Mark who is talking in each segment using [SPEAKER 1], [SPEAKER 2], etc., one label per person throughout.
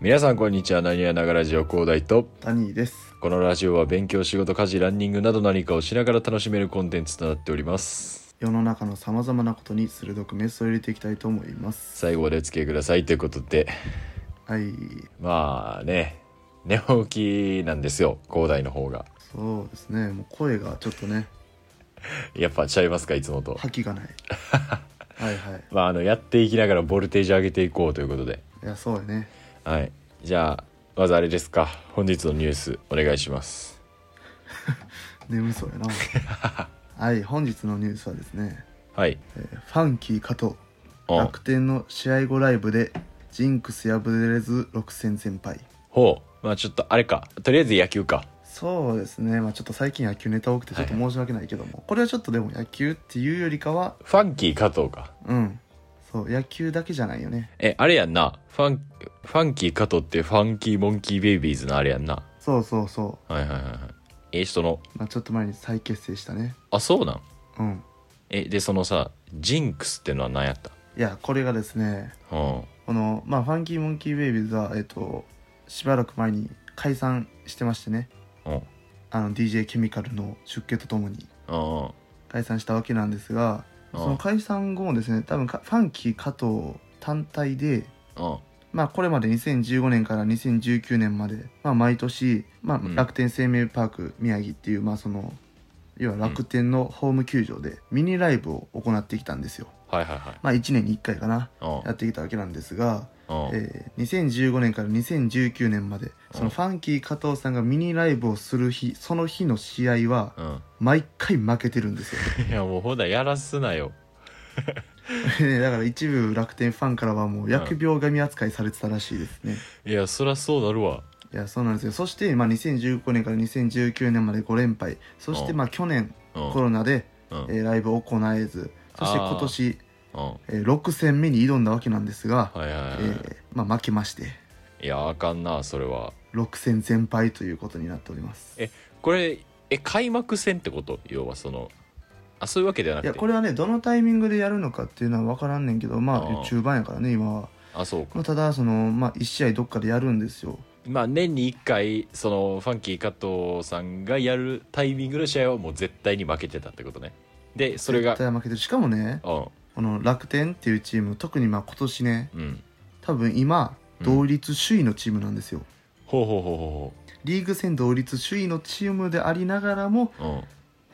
[SPEAKER 1] 皆さんこんにちは何やながラジオ広大と
[SPEAKER 2] タニーです。
[SPEAKER 1] このラジオは勉強仕事家事ランニングなど何かをしながら楽しめるコンテンツとなっております
[SPEAKER 2] 世の中のさまざまなことに鋭くメスを入れていきたいと思います。
[SPEAKER 1] 最後までお付き合いくださいということで
[SPEAKER 2] はい、
[SPEAKER 1] まあね寝起きなんですよ広大の方が
[SPEAKER 2] そうですね。もう声がちょっとね、
[SPEAKER 1] やっぱちゃいますかいつもと
[SPEAKER 2] 覇 気がない。はいはい。
[SPEAKER 1] まああのやっていきながらボルテージ上げていこうということで
[SPEAKER 2] いや、そうやね。
[SPEAKER 1] はいじゃあまずあれですか本日のニュースお願いします
[SPEAKER 2] 眠そうやな。 はい、本日のニュースはですね、
[SPEAKER 1] はい
[SPEAKER 2] えーファンキー加藤、
[SPEAKER 1] うん
[SPEAKER 2] 楽天の試合後ライブで、ジンクス破れず6戦全敗。
[SPEAKER 1] ほうまあちょっとあれかとりあえず野球か
[SPEAKER 2] そうですね、まあ、ちょっと最近野球ネタ多くてちょっと
[SPEAKER 1] はい
[SPEAKER 2] 申し訳ないけども、これはちょっとでも野球っていうよりかは
[SPEAKER 1] ファンキー加藤か
[SPEAKER 2] うんそう野球だけじゃないよね
[SPEAKER 1] え、あれやんな。ファン、ファンキー加藤ってファンキーモンキーベイビーズのあれやんな。
[SPEAKER 2] そうそうそ
[SPEAKER 1] はいはいはいはい。え、その、
[SPEAKER 2] う、まあ、ちょっと前に再結成したね
[SPEAKER 1] あ、そうなん
[SPEAKER 2] うん
[SPEAKER 1] え、で、そのさ、ジンクスってのは何やった
[SPEAKER 2] いやこれがですね
[SPEAKER 1] うん。
[SPEAKER 2] このまあファンキーモンキーベイビーズはえっとしばらく前に解散してましてね
[SPEAKER 1] うん。
[SPEAKER 2] あの DJ ケミカルの出家とともに
[SPEAKER 1] うんうん。
[SPEAKER 2] 解散したわけなんですが
[SPEAKER 1] うん
[SPEAKER 2] その解散後もですね多分かファンキー加藤単体で
[SPEAKER 1] うん。
[SPEAKER 2] まあこれまで2015年から2019年まで、まあ、毎年、まあ
[SPEAKER 1] うん、
[SPEAKER 2] 楽天生命パーク宮城っていう、まあその要は楽天のホーム球場でミニライブを行ってきたんですよ、
[SPEAKER 1] はいはいはい。
[SPEAKER 2] まあ、1年に1回かな
[SPEAKER 1] うん
[SPEAKER 2] やってきたわけなんですが、。
[SPEAKER 1] うん。
[SPEAKER 2] えー2015年から2019年までそのファンキー加藤さんがミニライブをする日その日の試合は
[SPEAKER 1] うん。
[SPEAKER 2] 毎回負けてるんですよ
[SPEAKER 1] いや、もうほんならやらすなよ。
[SPEAKER 2] ねだから一部楽天ファンからはもう疫病神扱いされてたらしいですね、
[SPEAKER 1] いや、そらそうなるわ。
[SPEAKER 2] いやそうなんですよそして、まあ、2015年から2019年まで5連敗そして、
[SPEAKER 1] うん
[SPEAKER 2] まあ、去年
[SPEAKER 1] うん。
[SPEAKER 2] コロナで、
[SPEAKER 1] うん。
[SPEAKER 2] えーライブを行えずそして
[SPEAKER 1] あー
[SPEAKER 2] 今年、
[SPEAKER 1] うん。
[SPEAKER 2] えー6戦目に挑んだわけなんです
[SPEAKER 1] は
[SPEAKER 2] が、
[SPEAKER 1] いはい
[SPEAKER 2] え
[SPEAKER 1] は
[SPEAKER 2] ーまあ、負けまして
[SPEAKER 1] い。いや、あかんな、それは。
[SPEAKER 2] 6戦全敗ということになっております
[SPEAKER 1] えこれ、え、開幕戦ってこと要はその、あ、そういうわけではないく
[SPEAKER 2] や
[SPEAKER 1] て。
[SPEAKER 2] これはねどのタイミングでやるのかっていうのは分からんねんけどまあ
[SPEAKER 1] あー
[SPEAKER 2] 中盤やからね今は、
[SPEAKER 1] あ、そうか。
[SPEAKER 2] まあ、ただその、まあ、1試合どっかでやるんですよ
[SPEAKER 1] まあ年に1回そのファンキー加藤さんがやるタイミングの試合はもう絶対に負けてたってことねでそれが
[SPEAKER 2] 絶対負けてるしかもね
[SPEAKER 1] うん
[SPEAKER 2] この楽天っていうチーム特にまあ今年ね
[SPEAKER 1] うん
[SPEAKER 2] 多分今
[SPEAKER 1] うん
[SPEAKER 2] 同率首位のチームなんですよ、
[SPEAKER 1] ほうほうほ
[SPEAKER 2] リーグ戦同率首位のチームでありながらも
[SPEAKER 1] うほうほう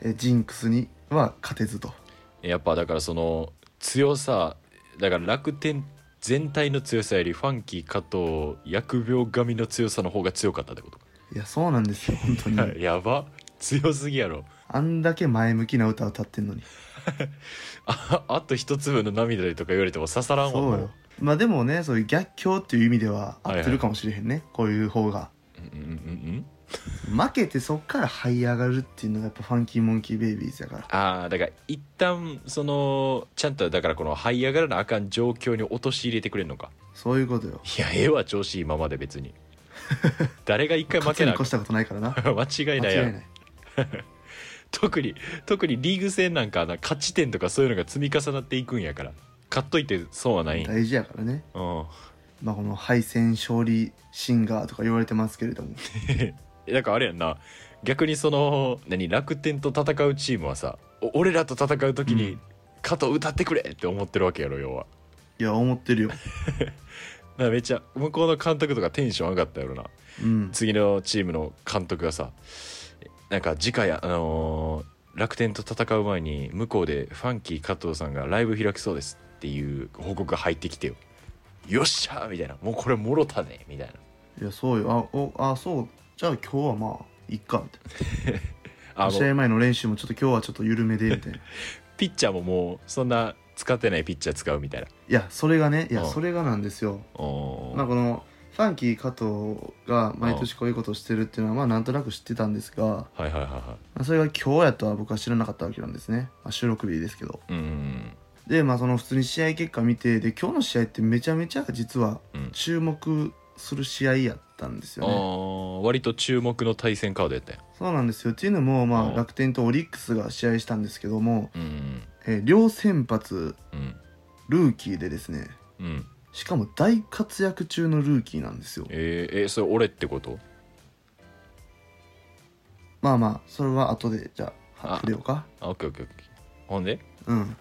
[SPEAKER 2] えジンクスには勝てずと
[SPEAKER 1] うんやっぱだからその強さだから楽天全体の強さよりファンキー加藤疫病神の強さの方が強かったってことか、
[SPEAKER 2] いやそうなんですよ本当に
[SPEAKER 1] やば強すぎやろ
[SPEAKER 2] あんだけ前向きな歌歌ってんのに
[SPEAKER 1] ああと一粒の涙でとか言われても刺さらんわ
[SPEAKER 2] そう
[SPEAKER 1] も
[SPEAKER 2] よまあでもねそういう逆境っていう意味では合ってるかもしれへんね、こういう方が
[SPEAKER 1] うんうんうんうん
[SPEAKER 2] 負けてそっから這い上がるっていうのがやっぱファンキーモンキーベイビーズやから
[SPEAKER 1] ああだから一旦そのちゃんとだからこの這い上がらなあかん状況に陥れてくれんのか
[SPEAKER 2] そういうことよ
[SPEAKER 1] いやええわ調子いいままで別 に誰が一回負けな
[SPEAKER 2] 勝つに
[SPEAKER 1] あ
[SPEAKER 2] 越
[SPEAKER 1] かん
[SPEAKER 2] したことないからな
[SPEAKER 1] 間違い
[SPEAKER 2] 間
[SPEAKER 1] ない
[SPEAKER 2] 違
[SPEAKER 1] や
[SPEAKER 2] い
[SPEAKER 1] ろ
[SPEAKER 2] ない
[SPEAKER 1] 特に特にリーグ戦なんかな勝ち点とかそういうのが積み重なっていくんやから勝っといて損はない、うん、
[SPEAKER 2] 大事やからねまあこの敗戦勝利シンガーとか言われてますけれども
[SPEAKER 1] えだからあれやんな逆にその何楽天と戦うチームはさお俺らと戦う時
[SPEAKER 2] う
[SPEAKER 1] に
[SPEAKER 2] ん
[SPEAKER 1] 「加藤歌ってくれ!」って思ってるわけやろ要はい
[SPEAKER 2] や思ってる よ
[SPEAKER 1] だからめっちゃ向こうの監督とかテンション上がったやろな
[SPEAKER 2] うん
[SPEAKER 1] 次のチームの監督がさなんか次回、あのー楽天と戦う前に向こうでファンキー加藤さんがライブ開きそうですっていう報告が入ってきてよよっしゃーみたいなもうこれもろたねみたいない
[SPEAKER 2] やそうよあおあそうじゃあ今日はまあいっかみたい
[SPEAKER 1] あ
[SPEAKER 2] な試
[SPEAKER 1] の
[SPEAKER 2] 合前の練習もちょっと今日はちょっと緩めでみたいない
[SPEAKER 1] ピッチャーももうそんな使ってないピッチャー使うみたいな
[SPEAKER 2] やそれがねいうや
[SPEAKER 1] ん
[SPEAKER 2] それがなんですよ
[SPEAKER 1] おー
[SPEAKER 2] まあこのファンキー加藤が毎年こういうことをしてるっていうのはまあなんとなく知ってたんですが、ま
[SPEAKER 1] はいはいはいは
[SPEAKER 2] あそれが今日やとは僕は知らなかったわけなんですね、まあ、収録日ですけど
[SPEAKER 1] いうん
[SPEAKER 2] でまあその普通に試合結果見てで今日の試合ってめちゃめちゃ実は
[SPEAKER 1] うん
[SPEAKER 2] 注目する試合やったんです
[SPEAKER 1] あ
[SPEAKER 2] よね、
[SPEAKER 1] ー割と注目の対戦カードやったよ
[SPEAKER 2] そうなんですよっていうのも
[SPEAKER 1] う
[SPEAKER 2] ま
[SPEAKER 1] ん
[SPEAKER 2] あ楽天とオリックスが試合したんですけども、
[SPEAKER 1] うん
[SPEAKER 2] えー両先発
[SPEAKER 1] うん
[SPEAKER 2] ルーキーでですね
[SPEAKER 1] うん
[SPEAKER 2] しかも大活躍中のルーキーなんですよ
[SPEAKER 1] えー、えーそれ俺ってこと
[SPEAKER 2] まあまあそれは後でじゃあ
[SPEAKER 1] あ
[SPEAKER 2] は触れようか
[SPEAKER 1] あオッケーオッケーオッケーほんで
[SPEAKER 2] うん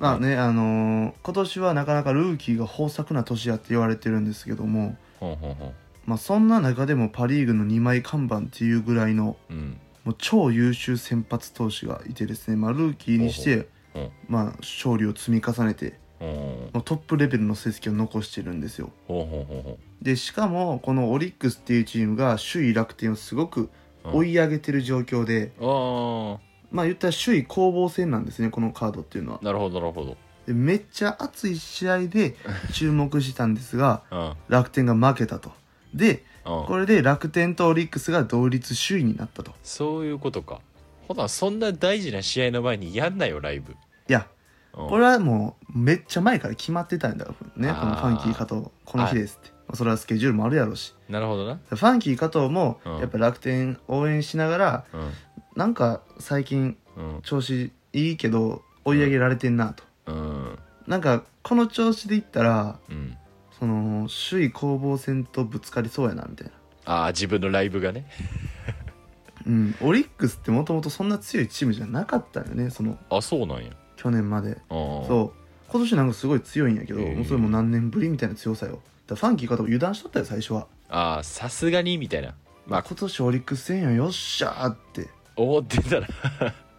[SPEAKER 2] まあねあのー今年はなかなかルーキーが豊作な年やって言われてるんですけども
[SPEAKER 1] ほんほんほん
[SPEAKER 2] まあそんな中でもパ・リーグの2枚看板っていうぐらいの
[SPEAKER 1] うん
[SPEAKER 2] もう超優秀先発投手がいてですね、まあ、ルーキーにし
[SPEAKER 1] ほ
[SPEAKER 2] て、
[SPEAKER 1] ほう
[SPEAKER 2] まあ、勝利を積み重ねて
[SPEAKER 1] うん
[SPEAKER 2] もうトップレベルの成績を残してるんですよ
[SPEAKER 1] ほんほんほんほん
[SPEAKER 2] でしかもこのオリックスっていうチームが首位楽天をすごく
[SPEAKER 1] うん
[SPEAKER 2] 追い上げてる状況で、
[SPEAKER 1] あ
[SPEAKER 2] まあ言ったら首位攻防戦なんですねこのカードっていうのは
[SPEAKER 1] あなるほどなるほど
[SPEAKER 2] でめっちゃ熱い試合で注目したんですが
[SPEAKER 1] うん
[SPEAKER 2] 楽天が負けたとで
[SPEAKER 1] うん
[SPEAKER 2] これで楽天とオリックスが同率首位になったと
[SPEAKER 1] そういうことかほなそんな大事な試合の前にやんなよライブ
[SPEAKER 2] いや
[SPEAKER 1] うん
[SPEAKER 2] これはもうめっちゃ前から決まってたんだよね
[SPEAKER 1] あー
[SPEAKER 2] このファンキー加藤この日ですって、まあそれはスケジュールもあるやろうし
[SPEAKER 1] なるほどな
[SPEAKER 2] ファンキー加藤も
[SPEAKER 1] うん
[SPEAKER 2] やっぱ楽天応援しながら、
[SPEAKER 1] うん
[SPEAKER 2] なんか最近
[SPEAKER 1] うん
[SPEAKER 2] 調子いいけど追い上げられてんなと、
[SPEAKER 1] うん
[SPEAKER 2] なんかこの調子でいったら
[SPEAKER 1] うん
[SPEAKER 2] その首位攻防戦とぶつかりそうやなみたいな
[SPEAKER 1] ああ自分のライブがね
[SPEAKER 2] うんオリックスってもともとそんな強いチームじゃなかったよねその
[SPEAKER 1] あそうなんや
[SPEAKER 2] 去年まで
[SPEAKER 1] そ
[SPEAKER 2] そう今年なんかすごい強いんやけど、
[SPEAKER 1] へー
[SPEAKER 2] もうそれも何年ぶりみたいな強さよだからファンキー方も油断しとったよ最初は、
[SPEAKER 1] ああさすがにみたいなまあ
[SPEAKER 2] 今年オリックス戦やよっしゃーって
[SPEAKER 1] 思ってたら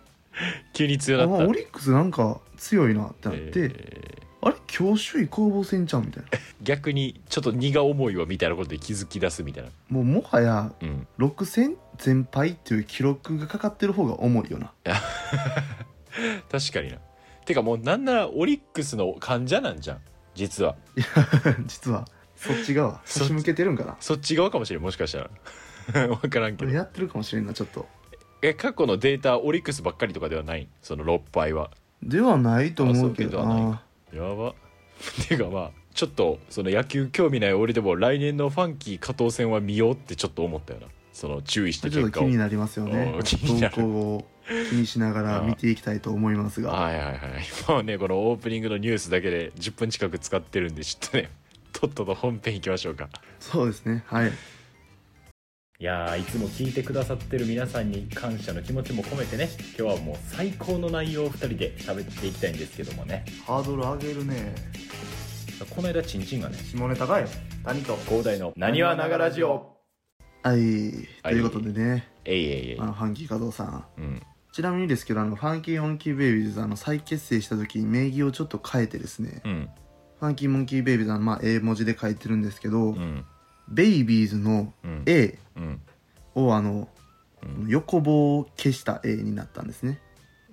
[SPEAKER 1] 急に強
[SPEAKER 2] あ
[SPEAKER 1] なった
[SPEAKER 2] オリックスなんか強いなってなって、
[SPEAKER 1] えー
[SPEAKER 2] あれ今日首位攻防戦ちゃんみ たいな
[SPEAKER 1] 逆にちょっと荷が重いわみたいなことで気づき出すみたいな
[SPEAKER 2] もうもはや
[SPEAKER 1] うん
[SPEAKER 2] 6戦全敗っていう記録がかかってる方が重いよな
[SPEAKER 1] 確かになてかもうなんならオリックスの患者なんじゃん実はい
[SPEAKER 2] や実はそっち側
[SPEAKER 1] そっ
[SPEAKER 2] 差
[SPEAKER 1] ち
[SPEAKER 2] し向けてるんかな
[SPEAKER 1] そっち側かもしれんもしかしたら 分からんけ
[SPEAKER 2] 俺
[SPEAKER 1] ど
[SPEAKER 2] やってるかもしれんなちょっと
[SPEAKER 1] え過去のデータオリックスばっかりとかではないその6敗は
[SPEAKER 2] ではないと思うけ
[SPEAKER 1] あ
[SPEAKER 2] ど
[SPEAKER 1] そうではない
[SPEAKER 2] な
[SPEAKER 1] やばてかまあちょっとその野球興味ない俺でも来年のファンキー加藤戦は見ようってちょっと思ったよなその注意して
[SPEAKER 2] ちょっと
[SPEAKER 1] 結
[SPEAKER 2] 気
[SPEAKER 1] 果を
[SPEAKER 2] になりますよね
[SPEAKER 1] おー気にな
[SPEAKER 2] 動
[SPEAKER 1] る
[SPEAKER 2] 向を気にしながら見ていきたいと思いますが
[SPEAKER 1] はいはいはいもうねこのオープニングのニュースだけで10分近く使ってるんでちょっとねとっとと本編いきましょうか
[SPEAKER 2] そうですねはい
[SPEAKER 1] いやーいつも聞いてくださってる皆さんに感謝の気持ちも込めてね今日はもう最高の内容を2人で喋っていきたいんですけどもね
[SPEAKER 2] ハードル上げるね
[SPEAKER 1] この間チンチンがね
[SPEAKER 2] 下ネタかい谷と
[SPEAKER 1] 広大のな
[SPEAKER 2] にわながラジオはいということでね
[SPEAKER 1] えいえいえい
[SPEAKER 2] あのファンキー加藤さん
[SPEAKER 1] うん
[SPEAKER 2] ちなみにですけどあのファンキーモンキーベイビーズあの再結成した時に名義をちょっと変えてですね
[SPEAKER 1] うん
[SPEAKER 2] ファンキーモンキーベイビーズはまあ A 文字で書いてるんですけど、
[SPEAKER 1] うん
[SPEAKER 2] ベイビーズの
[SPEAKER 1] うん
[SPEAKER 2] A
[SPEAKER 1] うん
[SPEAKER 2] をあの、
[SPEAKER 1] うん
[SPEAKER 2] 横棒を消した A になったんですね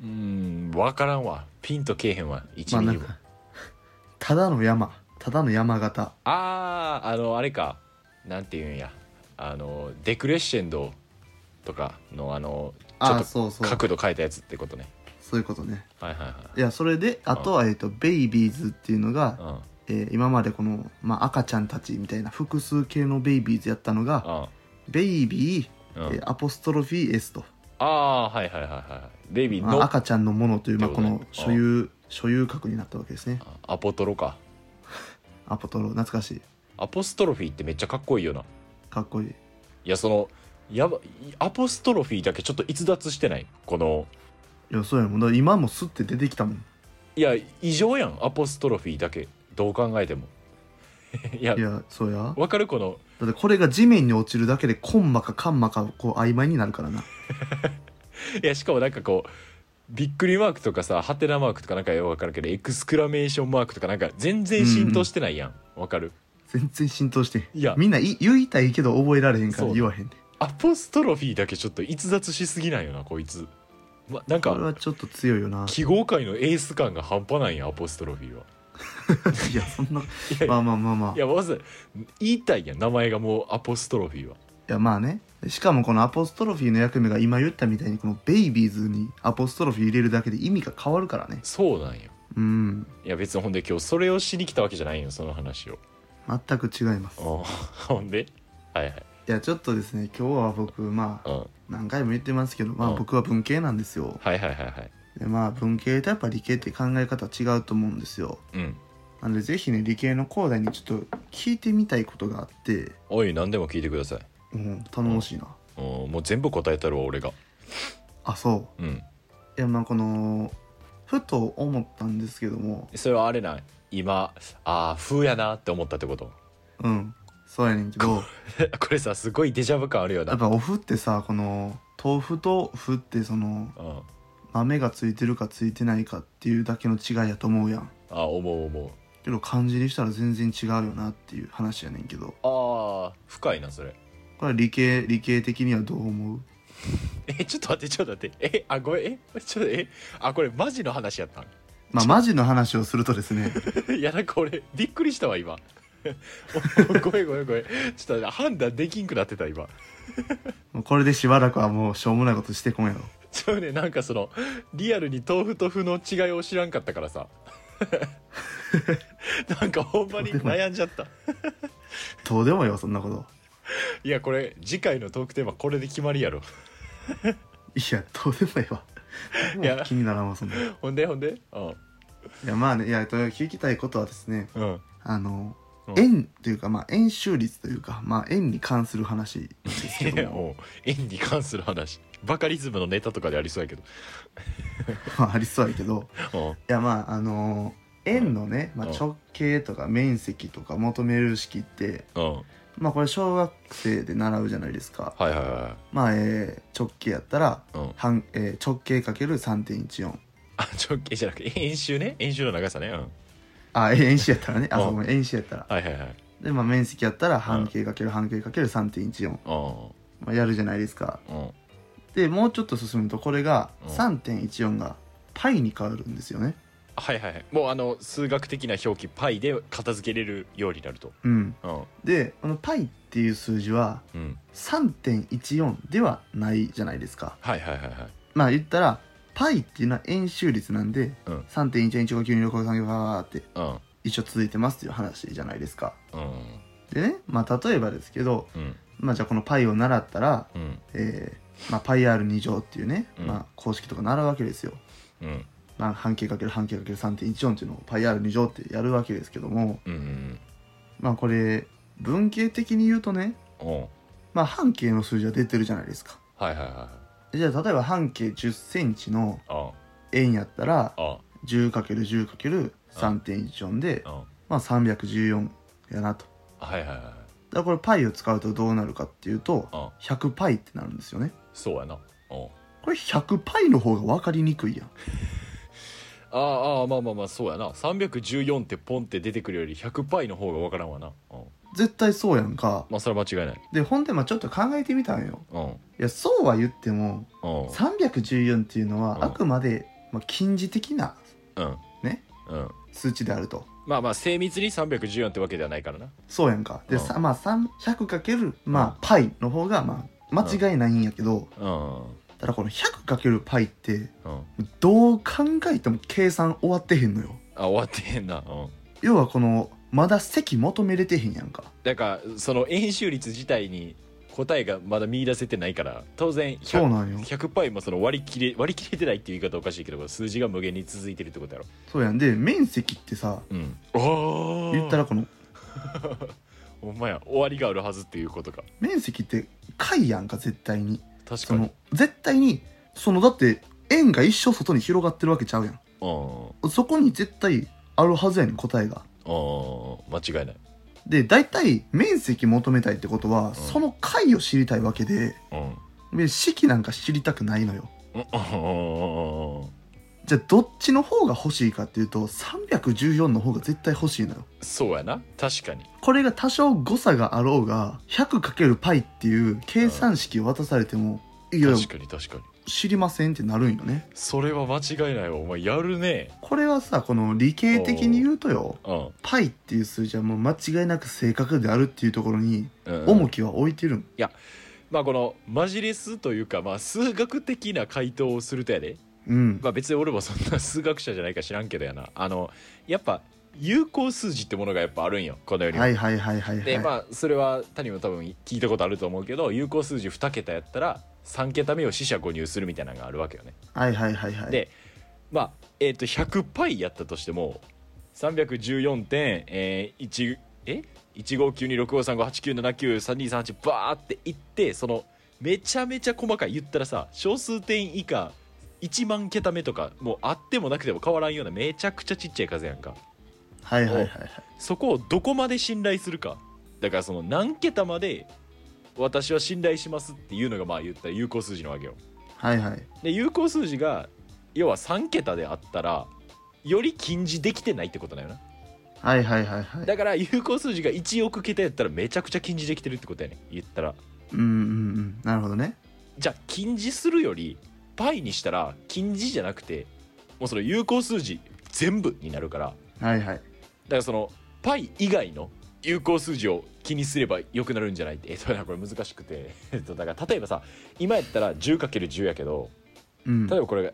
[SPEAKER 1] うん分からんわピンとけえへんわ1
[SPEAKER 2] まあ
[SPEAKER 1] ミ
[SPEAKER 2] なん
[SPEAKER 1] リも、
[SPEAKER 2] かただの山ただの山形
[SPEAKER 1] あああのあれかなんていうんやあのデクレッシェンドとかのあのちょ
[SPEAKER 2] ああ
[SPEAKER 1] っ
[SPEAKER 2] そう
[SPEAKER 1] と
[SPEAKER 2] そう
[SPEAKER 1] 角度変えたやつってことね
[SPEAKER 2] そういうことね
[SPEAKER 1] はいはい
[SPEAKER 2] いやそれであとは、えっとベイビーズっていうのが、
[SPEAKER 1] はい
[SPEAKER 2] えー今までこの、まあ、赤ちゃんたちみたいな複数形のベイビーズやったのがベイビー、
[SPEAKER 1] うんうん、
[SPEAKER 2] えーアポストロフィー S と、
[SPEAKER 1] ああーはいはいはいはいベイビー
[SPEAKER 2] ま
[SPEAKER 1] の
[SPEAKER 2] あ、赤ちゃんのものという、まあ、
[SPEAKER 1] ってこ
[SPEAKER 2] こと
[SPEAKER 1] ね
[SPEAKER 2] の所有所有格になったわけですね
[SPEAKER 1] あアポトロか
[SPEAKER 2] アポトロ懐かしい
[SPEAKER 1] アポストロフィーってめっちゃかっこいいよな
[SPEAKER 2] かっこいい
[SPEAKER 1] いやそのやばアポストロフィーだけちょっと逸脱してないこの
[SPEAKER 2] いやそうやもんだから今もスッて出てきたもん
[SPEAKER 1] いや異常やんアポストロフィーだけどう考えても いや
[SPEAKER 2] いやそうや
[SPEAKER 1] わかるこの
[SPEAKER 2] だってこれが地面に落ちるだけでコンマかカンマかこう曖昧になるからない
[SPEAKER 1] やしかもなんかこうびっくりマークとかさハテナマークとかなんかよくわかるけどエクスクラメーションマークとかなんか全然浸透してないやんわ、かる
[SPEAKER 2] 全然浸透してへん
[SPEAKER 1] いや
[SPEAKER 2] みんない言いたいけど覚えられへんか
[SPEAKER 1] そ
[SPEAKER 2] ら
[SPEAKER 1] う
[SPEAKER 2] 言わへんで
[SPEAKER 1] アポストロフィーだけちょっと逸脱しすぎないよなこいつ、ま、なん
[SPEAKER 2] これ
[SPEAKER 1] か
[SPEAKER 2] はちょっと強い よな
[SPEAKER 1] 記号界のエース感が半端ないやんアポストロフィーはい
[SPEAKER 2] やそんない
[SPEAKER 1] や
[SPEAKER 2] まあまあまあまあ
[SPEAKER 1] いやまず言いたいやん名前がもうアポストロフィーはい
[SPEAKER 2] やまあねしかもこのアポストロフィーの役目が今言ったみたいにこのベイビーズにアポストロフィー入れるだけで意味が変わるからね
[SPEAKER 1] そうなんや
[SPEAKER 2] うん
[SPEAKER 1] いや別にほんで今日それをしに来たわけじゃないよその話を
[SPEAKER 2] 全く違います
[SPEAKER 1] うんほんではいはい
[SPEAKER 2] いやちょっとですね今日は僕ま
[SPEAKER 1] う
[SPEAKER 2] あ
[SPEAKER 1] んはい
[SPEAKER 2] 何回も言ってますけどま
[SPEAKER 1] う
[SPEAKER 2] あ
[SPEAKER 1] ん
[SPEAKER 2] 僕は文系なんですよ
[SPEAKER 1] はいはいはいはい
[SPEAKER 2] でまあ文系とやっぱ理系って考え方違うと思うんですよ
[SPEAKER 1] うん
[SPEAKER 2] なのでぜひね理系の高大にちょっと聞いてみたいことがあって、
[SPEAKER 1] おい何でも聞いてください
[SPEAKER 2] うん、頼もしいな、
[SPEAKER 1] おもう全部答えたるわ俺が
[SPEAKER 2] あそう
[SPEAKER 1] うん
[SPEAKER 2] いやまあこのふと思ったんですけども
[SPEAKER 1] それはあれなん今ああ風やなって思ったってこと
[SPEAKER 2] うんそうやねんけど
[SPEAKER 1] これさすごいデジャブ感あるよな
[SPEAKER 2] やっぱお麩ってさこの豆腐と麩ってその
[SPEAKER 1] うん、
[SPEAKER 2] 豆がついてるかついてないかっていうだけの違いやと思うやん
[SPEAKER 1] あ思う思う
[SPEAKER 2] けど漢字にしたら全然違うよなっていう話やねんけど
[SPEAKER 1] ああ深いなそれ
[SPEAKER 2] これは理系理系的にはどう思う
[SPEAKER 1] えちょっと待ってちょっと待ってえあごめんえちょっとえあこれマジの話やったん
[SPEAKER 2] まあマジの話をするとですね
[SPEAKER 1] いやなんか俺びっくりしたわ今 おごめんごめんごめんちょっとな判断できんくなってた今
[SPEAKER 2] もうこれでしばらくはもうしょうもないことしてこんやろ
[SPEAKER 1] ちょっとねなんかそのリアルに豆腐と麩の違いを知らんかったからさ なんかほんまに悩んじゃった
[SPEAKER 2] どうでもよそんなこと
[SPEAKER 1] いやこれ次回のトークテーマこれで決まりやろ
[SPEAKER 2] いやどうでもええわ
[SPEAKER 1] いや
[SPEAKER 2] 気にならんわそんなのい
[SPEAKER 1] ほんでほんでうん
[SPEAKER 2] やまあねいやえっと聞きたいことはですね
[SPEAKER 1] うん
[SPEAKER 2] あの、
[SPEAKER 1] うん
[SPEAKER 2] 円というか、まあ、円周率というか、まあ、円に関する話なんですけ
[SPEAKER 1] い
[SPEAKER 2] ど
[SPEAKER 1] や
[SPEAKER 2] も、
[SPEAKER 1] もう円に関する話バカリズムのネタとかでありそうやけど
[SPEAKER 2] まあ、ありそうやけど
[SPEAKER 1] うん
[SPEAKER 2] いやまああの円のね、まあ、
[SPEAKER 1] うん
[SPEAKER 2] 直径とか面積とか求める式って、
[SPEAKER 1] うん
[SPEAKER 2] まあ、これ小学生で習うじゃないですか、
[SPEAKER 1] はいはいは
[SPEAKER 2] まあえー直径やったら
[SPEAKER 1] いうん
[SPEAKER 2] 半、えー直径かける3.14
[SPEAKER 1] あ直径じゃなくて円周ね円周の長さねうん
[SPEAKER 2] あ えー円周やったらねあ
[SPEAKER 1] うん
[SPEAKER 2] そうごめん円周やったら
[SPEAKER 1] はいはいはい
[SPEAKER 2] で、まあ、面積やったら半径かける半径かける3.14、
[SPEAKER 1] う
[SPEAKER 2] まあ、やるじゃないですか
[SPEAKER 1] んうん
[SPEAKER 2] でもうちょっと進むとこれが
[SPEAKER 1] うん
[SPEAKER 2] 3.14がパイに変わるんですよね
[SPEAKER 1] はいはいはいもうあの数学的な表記パイで片付けれるようになると
[SPEAKER 2] うん
[SPEAKER 1] うん
[SPEAKER 2] でこのパイっていう数字は
[SPEAKER 1] うん
[SPEAKER 2] 3.14ではないじゃないですか
[SPEAKER 1] はいはいはいはい
[SPEAKER 2] まあ言ったらパイっていうのは円周率なんで、
[SPEAKER 1] うん
[SPEAKER 2] 3.14159265バーって
[SPEAKER 1] うん
[SPEAKER 2] 一緒続いてますっていう話じゃないですか
[SPEAKER 1] うん
[SPEAKER 2] でねまあ例えばですけど、
[SPEAKER 1] うん
[SPEAKER 2] まあ、じゃあこのパイを習ったら、
[SPEAKER 1] うん
[SPEAKER 2] えーまあ、パイ R2 乗っていうね、
[SPEAKER 1] うん
[SPEAKER 2] まあ、公式とか習うわけですよ、
[SPEAKER 1] うん
[SPEAKER 2] まあ、半径かける半径かける3.14っていうのをパイ R2 乗ってやるわけですけども
[SPEAKER 1] うんうん
[SPEAKER 2] まあこれ文系的に言うとね、
[SPEAKER 1] うん
[SPEAKER 2] まあ、半径の数字は出てるじゃないですか
[SPEAKER 1] はいはいは
[SPEAKER 2] じゃあ例えば半径1 0ンチの
[SPEAKER 1] いうん
[SPEAKER 2] 円やったら
[SPEAKER 1] あ
[SPEAKER 2] 10×10×3.14 で、
[SPEAKER 1] うん
[SPEAKER 2] まあ、314やなと
[SPEAKER 1] はいはいはい
[SPEAKER 2] だからこれパイを使うとどうなるかっていうと
[SPEAKER 1] うん
[SPEAKER 2] 100パイってなるんですよね
[SPEAKER 1] そうやなうん
[SPEAKER 2] これ100パイの方が分かりにくいやん
[SPEAKER 1] ああああまあまあまあそうやな314ってポンって出てくるより100パイの方がわからんわな、うん、
[SPEAKER 2] 絶対そうやんか
[SPEAKER 1] まあそれは間違いない
[SPEAKER 2] でほんでまあちょっと考えてみたんよ
[SPEAKER 1] うん
[SPEAKER 2] いやそうは言っても
[SPEAKER 1] うん
[SPEAKER 2] 314っていうの
[SPEAKER 1] うん
[SPEAKER 2] はあくまで、まあ、近似的な
[SPEAKER 1] うん
[SPEAKER 2] ね
[SPEAKER 1] うん
[SPEAKER 2] 数値であると
[SPEAKER 1] まあまあ精密に314ってわけではないからな
[SPEAKER 2] そうやんかで、
[SPEAKER 1] うん
[SPEAKER 2] さまあ 300× まあパイの方がまあ間違いないんやけど、
[SPEAKER 1] うん
[SPEAKER 2] ただこの 100× パイって
[SPEAKER 1] うん
[SPEAKER 2] どう考えても計算終わってへんのよ
[SPEAKER 1] あ終わってへんなうん
[SPEAKER 2] 要はこのまだ積求めれてへんやんか
[SPEAKER 1] だからその円周率自体に答えがまだ見出せてないから当然
[SPEAKER 2] そう
[SPEAKER 1] 100
[SPEAKER 2] なんよ
[SPEAKER 1] 100パイもその割り切れ 割り切れてないっていう言い方おかしいけど数字が無限に続いてるってことやろ
[SPEAKER 2] そうやんで面積ってさ
[SPEAKER 1] うんお
[SPEAKER 2] 言ったらこの
[SPEAKER 1] お前や終わりがあるはずっていうことか
[SPEAKER 2] 面積って解やんか絶対に
[SPEAKER 1] 確か
[SPEAKER 2] そ
[SPEAKER 1] に
[SPEAKER 2] の絶対にそのだって円が一生外に広がってるわけちゃうやん
[SPEAKER 1] うん
[SPEAKER 2] そこに絶対あるはずやねん答えが
[SPEAKER 1] うん間違いない
[SPEAKER 2] で大体面積求めたいってことは、その解を知りたいわけで
[SPEAKER 1] うん
[SPEAKER 2] で式なんか知りたくないのよ
[SPEAKER 1] うんうんうん
[SPEAKER 2] じゃあどっちの方が欲しいかっていうと314の方が絶対欲しいのよ
[SPEAKER 1] そうやな確かに
[SPEAKER 2] これが多少誤差があろうが 100×π っていう計算式を渡されても、いや
[SPEAKER 1] 確かに確かに
[SPEAKER 2] 知りませんってなるんよね
[SPEAKER 1] それは間違いないわお前やるね
[SPEAKER 2] これはさこの理系的に言うとよ
[SPEAKER 1] うん
[SPEAKER 2] パイっていう数字はもう間違いなく正確であるっていうところに
[SPEAKER 1] うんうん
[SPEAKER 2] 重きは置いてるん、
[SPEAKER 1] まあこのマジレスというかまあ数学的な回答をするとやで
[SPEAKER 2] うん、
[SPEAKER 1] まあ別に俺もそんな数学者じゃないか知らんけどやなあのやっぱ有効数字ってものがやっぱあるんよこの世には
[SPEAKER 2] はいはいはいはいはい
[SPEAKER 1] でまあそれは谷も多分聞いたことあると思うけど有効数字2桁やったら3桁目を四捨五入するみたいなのがあるわけよね
[SPEAKER 2] はいはいはいはい
[SPEAKER 1] でまあえっ、と100パイやったとしても314点、えー、1え159265358979328バーっていってそのめちゃめちゃ細かい言ったらさ小数点以下1万桁目とかもうあってもなくても変わらんようなめちゃくちゃちっちゃい数やんか
[SPEAKER 2] はいはいはいはい
[SPEAKER 1] そこをどこまで信頼するかだからその何桁まで私は信頼しますっていうのがまあ言ったら有効数字なわけよ
[SPEAKER 2] はいはい
[SPEAKER 1] で有効数字が要は3桁であったらより禁じできてないってことだよな
[SPEAKER 2] はいはいはいはい
[SPEAKER 1] だから有効数字が1億桁やったらめちゃくちゃ禁じできてるってことやね言ったら
[SPEAKER 2] うんうんうんなるほどね
[SPEAKER 1] じゃあ禁じするよりパイにしたら禁じじゃなくてもうその有効数字全部になるからだ
[SPEAKER 2] はいはい
[SPEAKER 1] からそのパイ以外の有効数字を気にすればよくなるんじゃないってえっとだからこれ難しくてえっとだから例えばさ今やったら 10×10 やけど
[SPEAKER 2] うん
[SPEAKER 1] 例えばこれが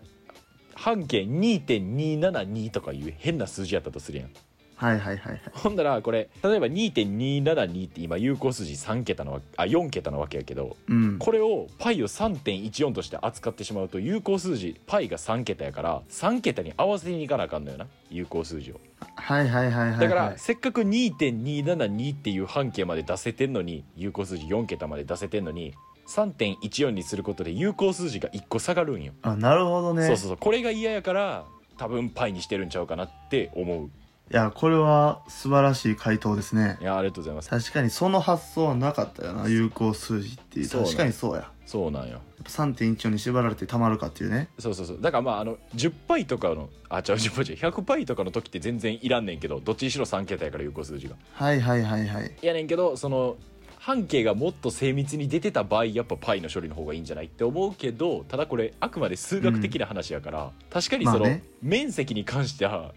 [SPEAKER 1] 半径2.272とかいう変な数字やったとするやん
[SPEAKER 2] はいはいはいはい
[SPEAKER 1] ほんだらこれ例えば2.272って今有効数字3桁のわあ4桁なわけやけど
[SPEAKER 2] うん
[SPEAKER 1] これを π を3.14として扱ってしまうと有効数字 π が3桁やから3桁に合わせにいかなあかんのよな有効数字を
[SPEAKER 2] はいはいはいはいはい
[SPEAKER 1] だからせっかく2.272っていう半径まで出せてんのに有効数字4桁まで出せてんのに3.14にすることで有効数字が1個下がるんよ、
[SPEAKER 2] あなるほどね
[SPEAKER 1] そうそうそうこれが嫌やから多分 π にしてるんちゃうかなって思う
[SPEAKER 2] いやこれは素晴らしい回答ですね
[SPEAKER 1] いやありがとうございます
[SPEAKER 2] 確かにその発想はなかったよな有効数字っていう
[SPEAKER 1] そうね
[SPEAKER 2] 確かにそうやや
[SPEAKER 1] そうなんよ
[SPEAKER 2] っぱ3.14に縛られてたまるかっていうね
[SPEAKER 1] そうそうそうだからまああの10倍とかのあちゃう10倍じゃ100倍とかの時って全然いらんねんけどどっちにしろ3桁やから有効数字が
[SPEAKER 2] はいはいはいはい
[SPEAKER 1] いやねんけどその半径がもっと精密に出てた場合やっぱ π の処理の方がいいんじゃないって思うけどただこれあくまで数学的な話やから、確かにその、
[SPEAKER 2] まあね
[SPEAKER 1] 面積に関しては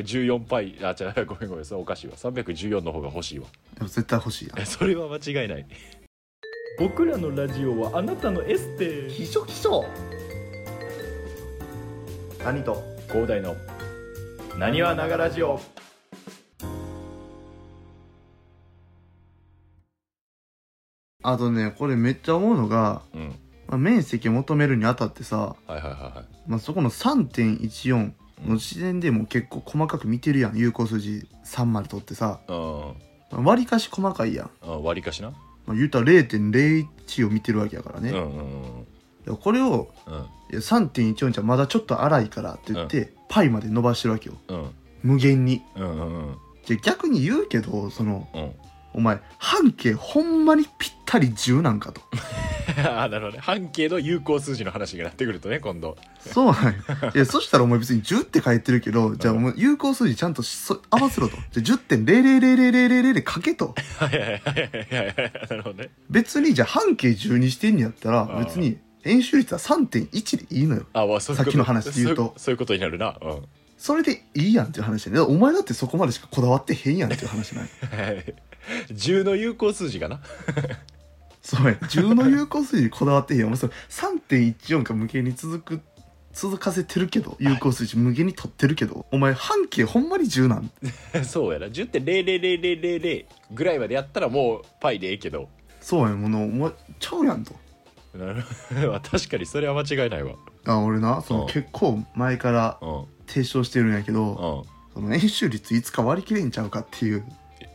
[SPEAKER 1] 314π あじゃあごめんごめんそれおかしいわ314の方が欲しいわ
[SPEAKER 2] でも絶対欲しいやん
[SPEAKER 1] え それは間違いない僕らのラジオはあなたのエステ
[SPEAKER 2] 秘書秘書何と
[SPEAKER 1] 広大のなにわながラジオ
[SPEAKER 2] あとねこれめっちゃ思うのが、
[SPEAKER 1] うん
[SPEAKER 2] まあ、面積求めるにあたってさ、
[SPEAKER 1] はいはいはいはい
[SPEAKER 2] まあ、そこの3.14の時点でもう結構細かく見てるやん有効数字3まで取ってさ
[SPEAKER 1] うん
[SPEAKER 2] まあ割かし細かいやん、
[SPEAKER 1] あ割りかしな、
[SPEAKER 2] まあ、言うたら0.01を見てるわけやからね、
[SPEAKER 1] うん
[SPEAKER 2] い
[SPEAKER 1] うん
[SPEAKER 2] やこれを
[SPEAKER 1] うん
[SPEAKER 2] いや3.14じゃまだちょっと荒いからって言って、パイまで伸ばしてるわけよ
[SPEAKER 1] うん
[SPEAKER 2] 無限に
[SPEAKER 1] うんうんうん
[SPEAKER 2] じゃ逆に言うけどその
[SPEAKER 1] うん
[SPEAKER 2] お前半径ほんまにぴったり10なんかと
[SPEAKER 1] あ なるほどね半径の有効数字の話になってくるとね今度
[SPEAKER 2] そ うなんやいやそしたらお前別に10って書いてるけどじゃあお前有効数字ちゃんとしそ合わせろとじゃあ10.0000000で書けと
[SPEAKER 1] はいはいはいはいはいなるほどね
[SPEAKER 2] 別にじゃあ半径10にしてんやったら
[SPEAKER 1] うん
[SPEAKER 2] 別に演習率は3.1でいいのよ
[SPEAKER 1] あわそういうこと
[SPEAKER 2] さっきの話で言うと
[SPEAKER 1] そそういうことになるなうん
[SPEAKER 2] それでいいやんっていう話やねだからお前だってそこまでしかこだわってへんやんっていう話 ない
[SPEAKER 1] 10の有効数字かな
[SPEAKER 2] そうや10の有効数字にこだわってへんやんお前それ3.14が無限に続く続かせてるけど有効数字無限に取ってるけどお前半径ほんまに10なん
[SPEAKER 1] そうやな10.00000ぐらいまでやったらもうパイでええけど
[SPEAKER 2] そうやものお前ちゃうやんと
[SPEAKER 1] なるほど 確かにそれは間違いないわ
[SPEAKER 2] あ俺なそ
[SPEAKER 1] うん
[SPEAKER 2] の結構前から
[SPEAKER 1] うんうん
[SPEAKER 2] 提唱してるんやけどその演習率いつか割り切れんちゃうかっていう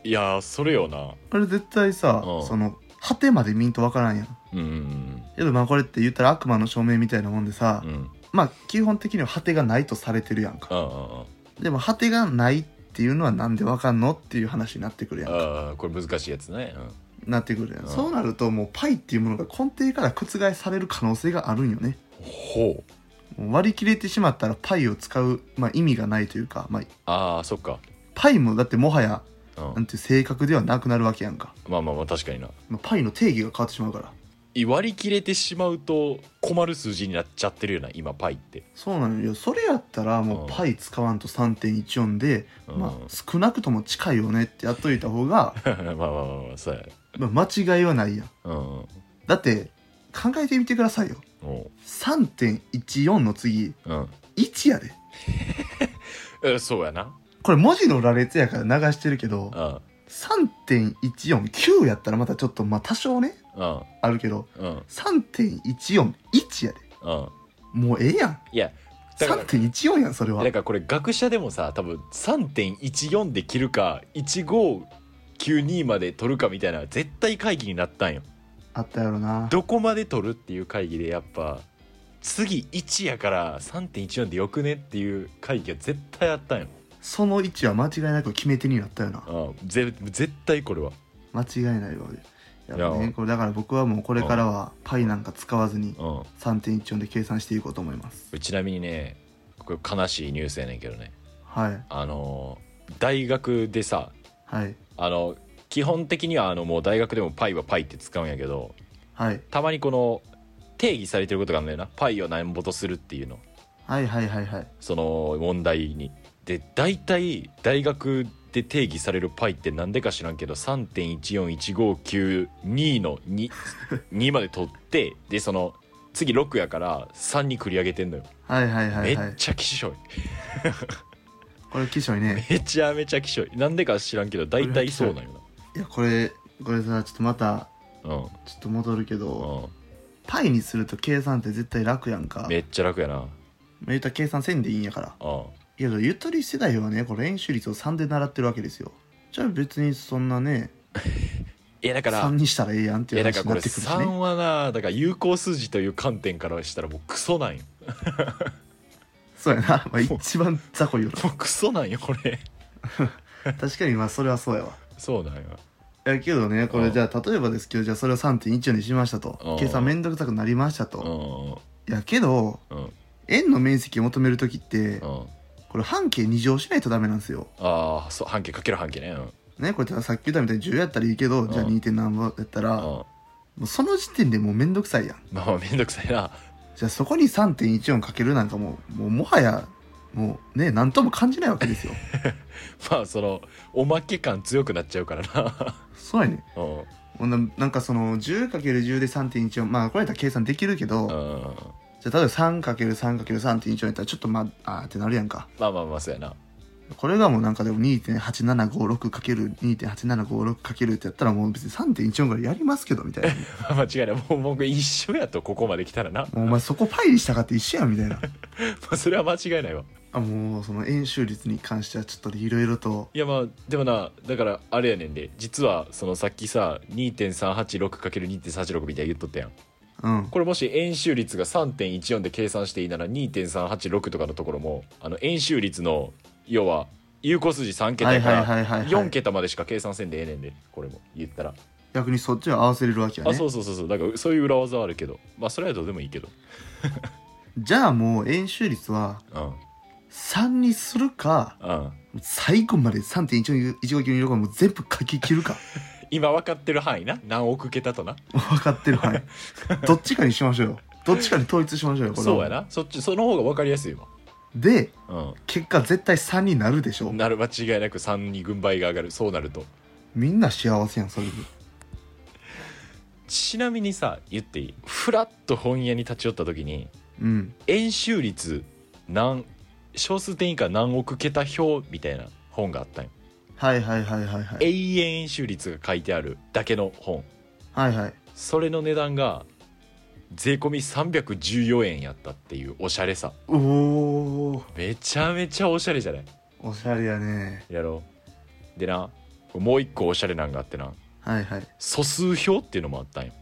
[SPEAKER 1] いやーそれよな
[SPEAKER 2] あれ絶対さ
[SPEAKER 1] うん
[SPEAKER 2] その果てまで見んとわからんやん
[SPEAKER 1] うんうん
[SPEAKER 2] けどまあこれって言ったら悪魔の証明みたいなもんでさ、
[SPEAKER 1] うんうん
[SPEAKER 2] まあ基本的には果てがないとされてるやんか
[SPEAKER 1] うんうんうん
[SPEAKER 2] でも果てがないっていうのはなんでわかんのっていう話になってくるやん
[SPEAKER 1] ああこれ難しいやつね、
[SPEAKER 2] なってくるやん、
[SPEAKER 1] うん
[SPEAKER 2] そうなるともうパイっていうものが根底から覆される可能性があるんよね
[SPEAKER 1] ほう
[SPEAKER 2] もう割り切れてしまったらパイを使う、まあ、意味がないというか、まあ、
[SPEAKER 1] ああそっか、
[SPEAKER 2] パイもだってもはや
[SPEAKER 1] うん
[SPEAKER 2] なんていう正確ではなくなるわけやんか、
[SPEAKER 1] まあまあまあ確かにな
[SPEAKER 2] まあ、パイの定義が変わってしまうから
[SPEAKER 1] い割り切れてしまうと困る数字になっちゃってるよな今パイって、
[SPEAKER 2] そうなのよそれやったらもうパイ使わんと3.14で、
[SPEAKER 1] うん
[SPEAKER 2] まあ、少なくとも近いよねってやっといた方が、
[SPEAKER 1] まあまあまあまあそうや
[SPEAKER 2] まあ、間違いはないやん
[SPEAKER 1] うん
[SPEAKER 2] だって考えてみてくださいよ
[SPEAKER 1] お
[SPEAKER 2] 3.14の次
[SPEAKER 1] ううん
[SPEAKER 2] 1やで
[SPEAKER 1] えそうやな
[SPEAKER 2] これ文字の羅列やから流してるけど
[SPEAKER 1] うん
[SPEAKER 2] 3.149やったらまたちょっとまあ多少ね
[SPEAKER 1] うん
[SPEAKER 2] あるけど
[SPEAKER 1] うん
[SPEAKER 2] 3.141やで
[SPEAKER 1] うん
[SPEAKER 2] もうええやん
[SPEAKER 1] いやだから
[SPEAKER 2] 3.14やんそれは
[SPEAKER 1] なんかこれ学者でもさ多分3.14で切るか1592まで取るかみたいな絶対会議になったんよ
[SPEAKER 2] あったやろな
[SPEAKER 1] どこまで取るっていう会議でやっぱ次1やから3.14でよくねっていう会議が絶対あったんよ
[SPEAKER 2] その位置は間違いなく決め手になったよな
[SPEAKER 1] ああぜ絶対これは
[SPEAKER 2] 間違いないわやっぱ
[SPEAKER 1] い
[SPEAKER 2] ね
[SPEAKER 1] や
[SPEAKER 2] これだから僕はもうこれからはパイなんか使わずに
[SPEAKER 1] うん
[SPEAKER 2] 3.14で計算していこうと思います
[SPEAKER 1] ちなみにねこれ悲しいニュースやねんけどね
[SPEAKER 2] はい
[SPEAKER 1] あのー大学でさ
[SPEAKER 2] はい
[SPEAKER 1] あの基本的にはあのもう大学でもパイはパイって使うんやけど
[SPEAKER 2] はい
[SPEAKER 1] たまにこの定義されてることがあるんだよなパイをなんぼとするっていうの
[SPEAKER 2] はいはいはいはい
[SPEAKER 1] その問題にで大体大学で定義されるパイってなんでか知らんけど3.141592の 2, 2まで取ってでその次6やから3に繰り上げてんのよ、
[SPEAKER 2] はいはいはいは
[SPEAKER 1] めっ
[SPEAKER 2] い
[SPEAKER 1] ちゃきしょい
[SPEAKER 2] これ気象いね
[SPEAKER 1] めちゃめちゃきしょいなんでか知らんけど大体そうなんよ
[SPEAKER 2] いやこれこれさちょっとまた
[SPEAKER 1] なうん
[SPEAKER 2] ちょっと戻るけど
[SPEAKER 1] う
[SPEAKER 2] パイにすると計算って絶対楽やんか
[SPEAKER 1] んめっちゃ楽やな
[SPEAKER 2] 言ったら計算せんでいいんやから
[SPEAKER 1] うん
[SPEAKER 2] いやゆとり世代はねこれ練習率を3で習ってるわけですよじゃあ別にそんなね
[SPEAKER 1] いやだから
[SPEAKER 2] 3にしたらええやんって
[SPEAKER 1] い
[SPEAKER 2] いう
[SPEAKER 1] やだから
[SPEAKER 2] 話
[SPEAKER 1] こ
[SPEAKER 2] にな
[SPEAKER 1] れ
[SPEAKER 2] ってくるし
[SPEAKER 1] 3
[SPEAKER 2] ね
[SPEAKER 1] はなだから有効数字という観点からしたらもうクソなんよ
[SPEAKER 2] そうやな、まあ、一番雑魚よ
[SPEAKER 1] もうクソなんよこれ
[SPEAKER 2] な確かにまあそれはそうやわ
[SPEAKER 1] そうなんよ
[SPEAKER 2] いやけどねこ
[SPEAKER 1] う
[SPEAKER 2] れ
[SPEAKER 1] ん
[SPEAKER 2] じゃあ例えばですけどじゃあそれを3.14にしました
[SPEAKER 1] う
[SPEAKER 2] と
[SPEAKER 1] ん
[SPEAKER 2] 計算めんどくさくなりました
[SPEAKER 1] う
[SPEAKER 2] と
[SPEAKER 1] ん
[SPEAKER 2] いやけど
[SPEAKER 1] うんうん
[SPEAKER 2] 円の面積を求める時って
[SPEAKER 1] うん
[SPEAKER 2] これ半径2乗しないとダメなんですよ
[SPEAKER 1] ああそう半径かける半径ねうんうん
[SPEAKER 2] ねこれさっき言ったみたいに10やったらいいけどじゃあ
[SPEAKER 1] うん
[SPEAKER 2] 2. 点何ぼやったらも
[SPEAKER 1] ま
[SPEAKER 2] うその時点でもうめんどくさいやん
[SPEAKER 1] あめんどくさいな
[SPEAKER 2] じゃあそこに3.14かけるなんかもうもうもはやもうね何とも感じないわけで すよ
[SPEAKER 1] まあそのおまけ感強くなっちゃうからな
[SPEAKER 2] そうやね
[SPEAKER 1] うん
[SPEAKER 2] ほんななんかその 10×10 で3.14まあこれやったら計算できるけど、
[SPEAKER 1] う
[SPEAKER 2] じゃ
[SPEAKER 1] ん
[SPEAKER 2] あ例えば 3×3×3.14 やったらちょっとまああーってなるやんか
[SPEAKER 1] まあまあまあそうやな
[SPEAKER 2] これがもうなんかでも 2.8756×2.8756× ってやったらもう別に3.14ぐらいやりますけどみたい な
[SPEAKER 1] まあ間違いないもう僕一緒やとここまで来たらな
[SPEAKER 2] もうお前そこパイにしたかって一緒やんみたいな
[SPEAKER 1] まあそれは間違いないわ
[SPEAKER 2] あもうその円周率に関してはちょっといろいろと
[SPEAKER 1] いやまあでもなだからあれやねんで実はそのさっきさ 2.386×2.386 みたいに言っとったやん
[SPEAKER 2] うん
[SPEAKER 1] これもし円周率が3.14で計算していいなら2.386とかのところもあの円周率の要は有効数字3桁やか
[SPEAKER 2] はいはいはいはい
[SPEAKER 1] ら
[SPEAKER 2] はい
[SPEAKER 1] 4桁までしか計算せんでええねんでこれも言ったら、
[SPEAKER 2] 逆にそっちは合わせれるわけやね
[SPEAKER 1] あそうそうそうそうだからそういう裏技はあるけどまあそれはどうでもいいけど
[SPEAKER 2] じゃあもう円周率は
[SPEAKER 1] うんうん
[SPEAKER 2] 3にするか最後まで3.15926はもう全部書き切 るか
[SPEAKER 1] 今分かってる範囲な何億桁とな
[SPEAKER 2] 分かってるはいどっちかにしましょうよどっちかに統一しましょうよこれは
[SPEAKER 1] そうやなそっちその方が分かりやすいわ
[SPEAKER 2] で
[SPEAKER 1] う
[SPEAKER 2] 結果絶対3になるでしょ
[SPEAKER 1] んなる間違いなく3に軍配が上がるそうなると
[SPEAKER 2] みんな幸せやんそれで
[SPEAKER 1] ちなみにさ言っていいふらっと本屋に立ち寄った時に
[SPEAKER 2] うん
[SPEAKER 1] 円周率何小数点以下何億桁表みたいな本があったんよ
[SPEAKER 2] はいはいはいはいはい
[SPEAKER 1] 永遠円周率が書いてあるだけの本
[SPEAKER 2] はいはい
[SPEAKER 1] それの値段が税込み314円やったっていうおしゃれさ
[SPEAKER 2] おお
[SPEAKER 1] めちゃめちゃおしゃれじゃない
[SPEAKER 2] おしゃれやね
[SPEAKER 1] やろでなもう一個おしゃれなんがあってな
[SPEAKER 2] はいはい
[SPEAKER 1] 素数表っていうのもあったんよ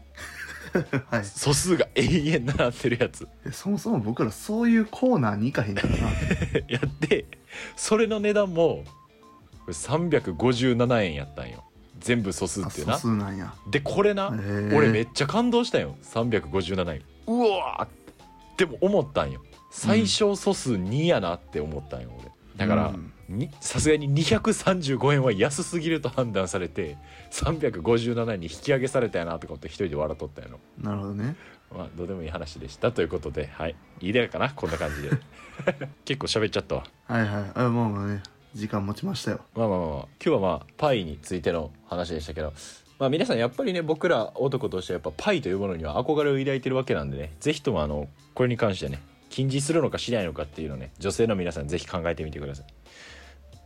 [SPEAKER 2] はい
[SPEAKER 1] 素数が永遠並んでるやつ
[SPEAKER 2] えそもそも僕らそういうコーナーに行かへんからな
[SPEAKER 1] やってそれの値段もこれ357円やったんよ全部素数
[SPEAKER 2] あ
[SPEAKER 1] っていう
[SPEAKER 2] 素
[SPEAKER 1] な
[SPEAKER 2] 数なんや
[SPEAKER 1] でこれな、
[SPEAKER 2] へえ
[SPEAKER 1] 俺めっちゃ感動したよ357円うわーでも思ったんよ最小素数2やなって思ったんよ俺だから
[SPEAKER 2] うん
[SPEAKER 1] にさすがに235円は安すぎると判断されて357円に引き上げされたやなとか思って一人で笑っとったんやろ
[SPEAKER 2] なるほどね
[SPEAKER 1] まあどうでもいい話でしたということではいいいだかなこんな感じで 結構喋っちゃったわ
[SPEAKER 2] はいはいあまあまあね時間持ちましたよ
[SPEAKER 1] まあまあまあ、まあ、今日はまあパイについての話でしたけど、まあ、皆さんやっぱりね僕ら男としてはやっぱパイというものには憧れを抱いてるわけなんでねぜひともあのこれに関してね禁止するのかしないのかっていうのをね女性の皆さんぜひ考えてみてくださ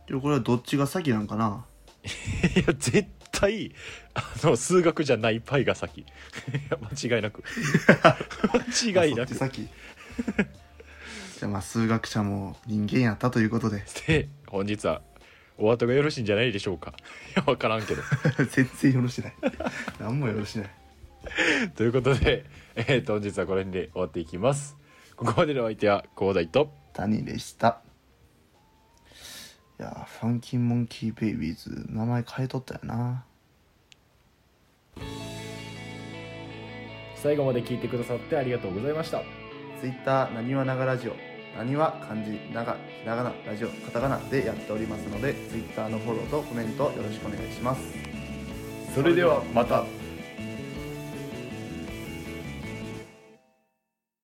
[SPEAKER 2] でもこれはどっちが先なんかない
[SPEAKER 1] いや絶対あの数学じゃないパイが先 い や間違いなく間違い
[SPEAKER 2] そ
[SPEAKER 1] な
[SPEAKER 2] っ
[SPEAKER 1] く
[SPEAKER 2] ち先じゃあまあ数学者も人間やったということで
[SPEAKER 1] で本日はお後がよろしいんじゃないでしょうかいや分からんけど
[SPEAKER 2] 全然よろしない 何もよろしない
[SPEAKER 1] ということで、 えーと本日はこれで終わっていきますここまでのお相手は広大と
[SPEAKER 2] 谷でしたいやーファンキーモンキーベイビーズ名前変えとったよな
[SPEAKER 1] 最後まで聞いてくださってありがとうございました
[SPEAKER 2] ツイッターなにわながラジオなにわ漢字ながひらがなラジオカタカナでやっておりますのでツイッターのフォローとコメントよろしくお願いします
[SPEAKER 1] それではまた